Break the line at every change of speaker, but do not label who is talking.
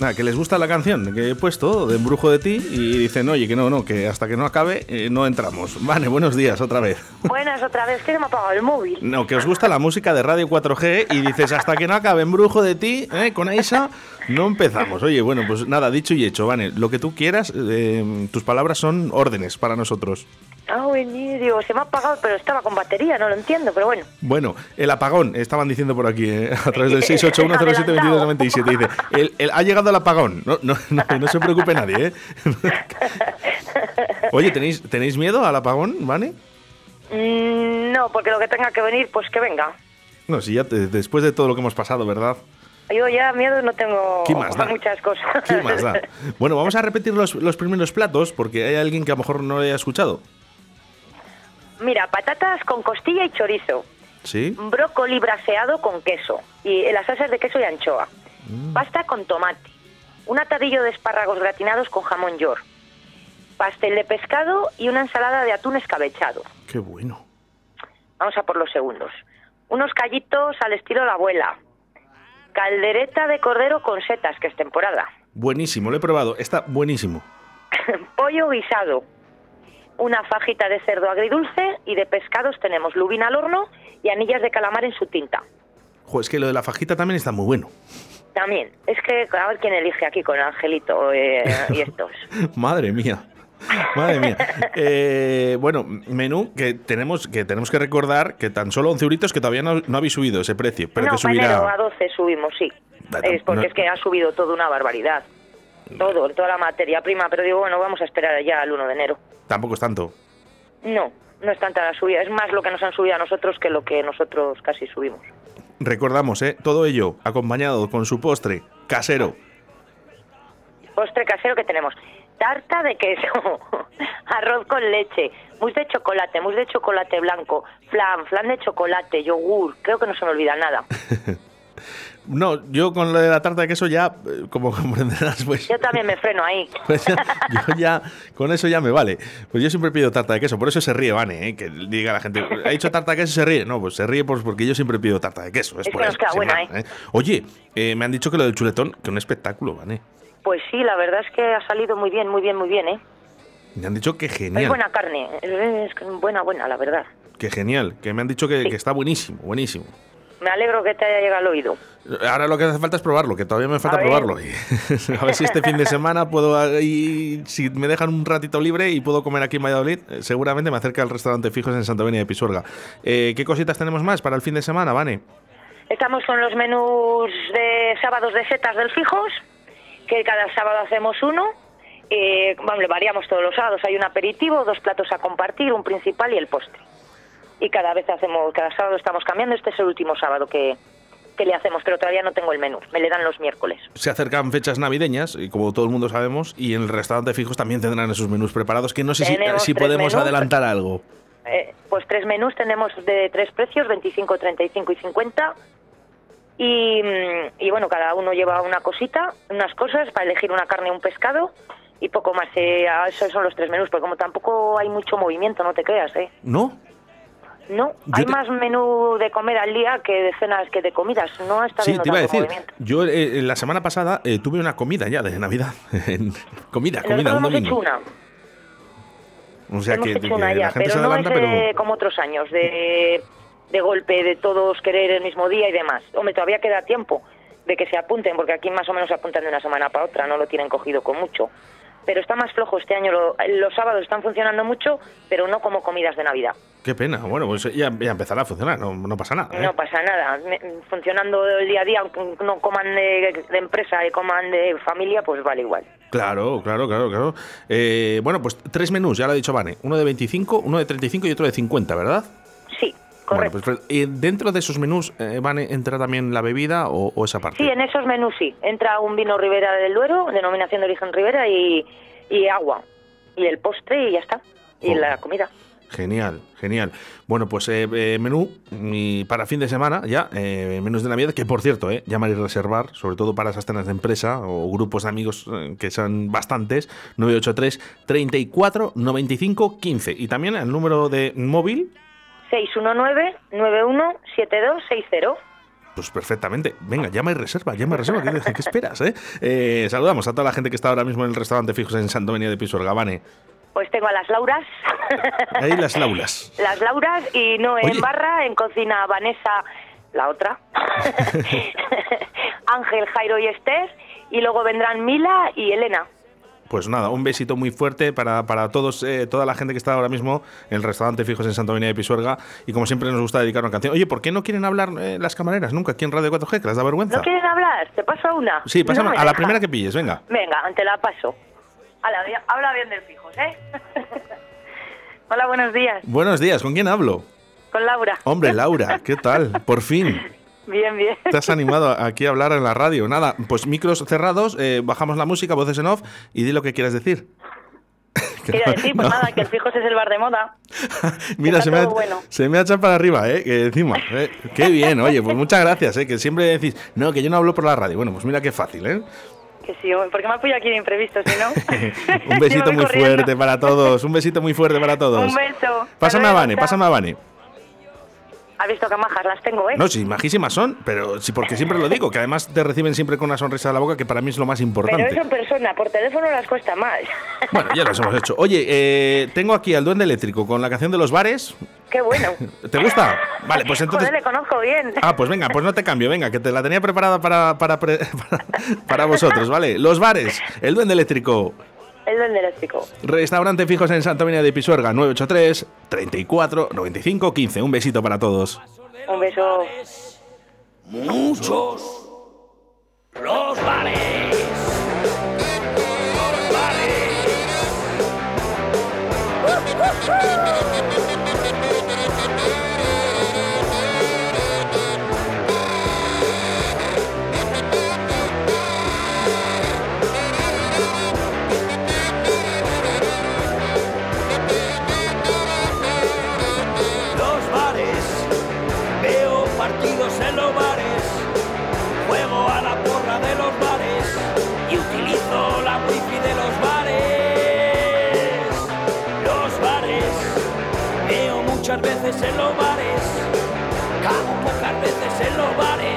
Nada, Ah, que les gusta la canción que he puesto de Embrujo de ti y dicen, oye, que no, no, que hasta que no acabe eh, no entramos. Vale, buenos días otra vez.
Buenas, otra vez que se me ha apagado el móvil.
No, que os gusta la música de Radio 4G y dices, hasta que no acabe Embrujo de ti, eh, con Aisa, no empezamos. Oye, bueno, pues nada, dicho y hecho, Vane, lo que tú quieras, eh, tus palabras son órdenes para nosotros.
Ah, bueno, digo, se me ha apagado, pero estaba con batería, no lo entiendo, pero bueno.
Bueno, el apagón, estaban diciendo por aquí, eh, a través del 681072297, dice, el, el- ha llegado el apagón, no, no, no, no se preocupe nadie, ¿eh? Oye, ¿tenéis, ¿tenéis miedo al apagón, Vane?
Mm, no, porque lo que tenga que venir, pues que venga.
No, si ya te- después de todo lo que hemos pasado, ¿verdad?
Yo ya miedo no tengo
¿Qué más da?
muchas cosas.
¿Qué más da? Bueno, vamos a repetir los, los primeros platos porque hay alguien que a lo mejor no lo haya escuchado.
Mira, patatas con costilla y chorizo.
¿Sí?
brócoli braseado con queso y las salsas de queso y anchoa,
Mm.
pasta con tomate, un atadillo de espárragos gratinados con jamón york, pastel de pescado y una ensalada de atún escabechado.
Qué bueno.
Vamos a por los segundos. Unos callitos al estilo la abuela, caldereta de cordero con setas, que es temporada,
Buenísimo, lo he probado, está buenísimo.
pollo guisado, una fajita de cerdo agridulce y de pescados tenemos lubina al horno y anillas de calamar en su tinta.
Jo, es que lo de la fajita también está muy bueno.
También. Es que a ver quién elige aquí con Angelito eh, y estos.
Madre mía. Madre mía. Eh, bueno, menú que tenemos, que tenemos que recordar que tan solo 11 euritos que todavía no, no habéis subido ese precio, pero
no,
que
para enero a
subirá.
12 subimos, sí.
Da-
Es porque
no-
es que ha subido todo una barbaridad. Todo, toda la materia prima. Pero digo, bueno, vamos a esperar ya al 1 de enero.
Tampoco es tanto.
No, no es tanta la subida. Es más lo que nos han subido a nosotros que lo que nosotros casi subimos.
Recordamos, ¿eh? Todo ello acompañado con su postre casero.
Postre casero que tenemos. Tarta de queso, arroz con leche, mousse de chocolate, mousse de chocolate blanco, flan, flan de chocolate, yogur, creo que no se me olvida nada.
No, yo con lo de la tarta de queso ya, eh, como comprenderás, pues...
Yo también me freno ahí.
Pues ya- yo ya, con eso ya me vale. Pues yo siempre pido tarta de queso, por eso se ríe Vane, ¿eh? que diga la gente, ¿ha dicho tarta de queso y se ríe? No, pues se ríe por- porque yo siempre pido tarta de queso. Es,
Es
por
que
eso,
nos queda
sin
buena,
más,
¿eh?
Oye, eh, me han dicho que lo del chuletón, que un espectáculo, Vane.
Pues sí, la verdad es que ha salido muy bien, muy bien, muy bien, ¿eh?
Me han dicho que
Es
genial,
buena carne, es buena, buena, la verdad.
que genial, que me han dicho que,
Sí.
que está buenísimo, buenísimo.
Me alegro que te haya llegado al oído.
Ahora lo que hace falta es probarlo, que todavía me falta
ver.
probarlo. Y a ver si este fin de semana puedo, y si me dejan un ratito libre y puedo comer aquí en Valladolid, eh, seguramente me acerca al restaurante Fijos en Santa Venia de Pisuerga. Eh, ¿Qué cositas tenemos más para el fin de semana, Vane?
Estamos con los menús de sábados de setas del Fijos, que cada sábado hacemos uno. Eh, vamos, le variamos todos los sábados. Hay un aperitivo, dos platos a compartir, un principal y el postre. Y cada vez hacemos, cada sábado estamos cambiando. Este es el último sábado que, que le hacemos, pero todavía no tengo el menú. Me le dan los miércoles.
Se acercan fechas navideñas, y como todo el mundo sabemos, y en el restaurante Fijos también tendrán esos menús preparados, que no sé si,
Tenemos
si
tres
podemos
menús.
adelantar algo.
Eh, pues tres menús tenemos de tres precios, 25, 35 y 50. Y, mm, y bueno, cada uno lleva una cosita, unas cosas para elegir una carne y un pescado y poco más. Eh, ah, esos son los tres menús, porque como tampoco hay mucho movimiento, no te creas, ¿eh?
¿No?
No,
Yo
hay
te-
más menú de comer al día que de cenas que de comidas. No está
Sí,
habiendo
te iba a
tanto
decir.
movimiento.
Yo eh, la semana pasada eh, tuve una comida ya de Navidad. comida, comida,
Nosotros
un
hemos hecho
domingo.
una,
O sea
hemos
que, que
hecho una
la
ya,
gente
pero
se
no es
adelanta,
eh,
pero...
como otros años, de, de golpe, de todos querer el mismo día y demás. Hombre, todavía queda tiempo de que se apunten, porque aquí más o menos se apuntan de una semana para otra, no lo tienen cogido con mucho. Pero está más flojo este año, lo- los sábados están funcionando mucho, pero no como comidas de Navidad.
Qué pena. Bueno, pues ya, ya empezará a funcionar, no, no pasa nada. ¿eh?
No pasa nada, Me- funcionando el día a día, aunque no coman de, de empresa y coman de familia, pues vale igual.
Claro, claro, claro, claro. Eh, bueno, pues tres menús, ya lo ha dicho Vane. Uno de 25, uno de 35 y otro de 50, ¿verdad?
Sí, correcto.
Bueno, pues eh, dentro de esos menús, eh, Vane, ¿entra también la bebida o, o esa parte?
Sí, en esos menús sí. Entra un vino Ribera del Duero, denominación de origen Ribera, y, y agua. Y el postre y ya está. Y
Oh.
la comida.
Genial, genial. Bueno, pues eh, eh, menú mm, para fin de semana, ya, eh, menús de Navidad, que por cierto, eh, llamar y reservar, sobre todo para esas cenas de empresa o grupos de amigos eh, que son bastantes, 983 34 95 15. Y también el número de móvil
619 917260
Pues perfectamente. Venga, llama y reserva, llama y reserva. ¿Qué, qué esperas? Eh? Eh, saludamos a toda la gente que está ahora mismo en el restaurante Fijos en Santo Domingo de Pisuerga, Gabane.
Pues tengo a las Lauras.
Ahí las Lauras.
Las Lauras y no en
Oye.
barra, en cocina Vanessa, la otra. Ángel, Jairo y Esther. Y luego vendrán Mila y Elena.
Pues nada, un besito muy fuerte para, para todos, eh, toda la gente que está ahora mismo en el restaurante Fijos en Santo Domingo de Pisuerga. Y como siempre nos gusta dedicar una canción. Oye, ¿por qué no quieren hablar eh, las camareras nunca aquí en Radio 4G? Que las da vergüenza.
¿No quieren hablar? ¿Te paso a una?
Sí, pásame
No me
a la
deja.
primera que pilles, venga.
Venga, ante la paso. Hala, ya- Habla bien del fijos, ¿eh? Hola, buenos días.
Buenos días, ¿con quién hablo?
Con Laura.
Hombre, Laura, ¿qué tal? Por fin.
Bien, bien.
Te has animado aquí a hablar en la radio. Nada, pues micros cerrados, eh, bajamos la música, voces en off y di lo que quieras decir.
Quiero decir, pues
No.
nada, que el fijos es el bar de moda.
Mira,
Está
se me, ha,
todo bueno.
se me ha echado para arriba, ¿eh? Que encima, ¿eh? Qué bien, oye, pues muchas gracias, ¿eh? Que siempre decís, no, que yo no hablo por la radio. Bueno, pues mira qué fácil, ¿eh?
Que sí, hombre, porque me ha pillado aquí de imprevisto, si no.
Un
Yo
besito
voy
muy
corriendo.
fuerte para todos, un besito muy fuerte para todos.
Un beso. Hasta
Pásame a
luego,
Vane,
chao.
pásame a Vane.
Has visto que majas las tengo, ¿eh?
No, sí, majísimas son, pero sí, porque siempre lo digo, que además te reciben siempre con una sonrisa a la boca, que para mí es lo más importante.
Pero eso en persona, por teléfono las cuesta más.
Bueno, ya los hemos hecho. Oye, eh, tengo aquí al duende eléctrico con la canción de los bares.
Qué bueno.
¿Te gusta? Vale, pues entonces...
Joder, le conozco bien.
Ah, pues venga, pues no te cambio, venga, que te la tenía preparada para, para, pre- para, para vosotros, ¿vale? Los bares, el duende eléctrico,
El duende eléctrico.
restaurante fijos en Santa María de Pisuerga, 983 34 95 15. Un besito para todos.
Un beso.
muchos los bares. Los bares. Los bares. Veo partidos en los bares, juego a la porra de los bares y utilizo la wifi de los bares. Los bares, veo muchas veces en los bares, cago pocas veces en los bares.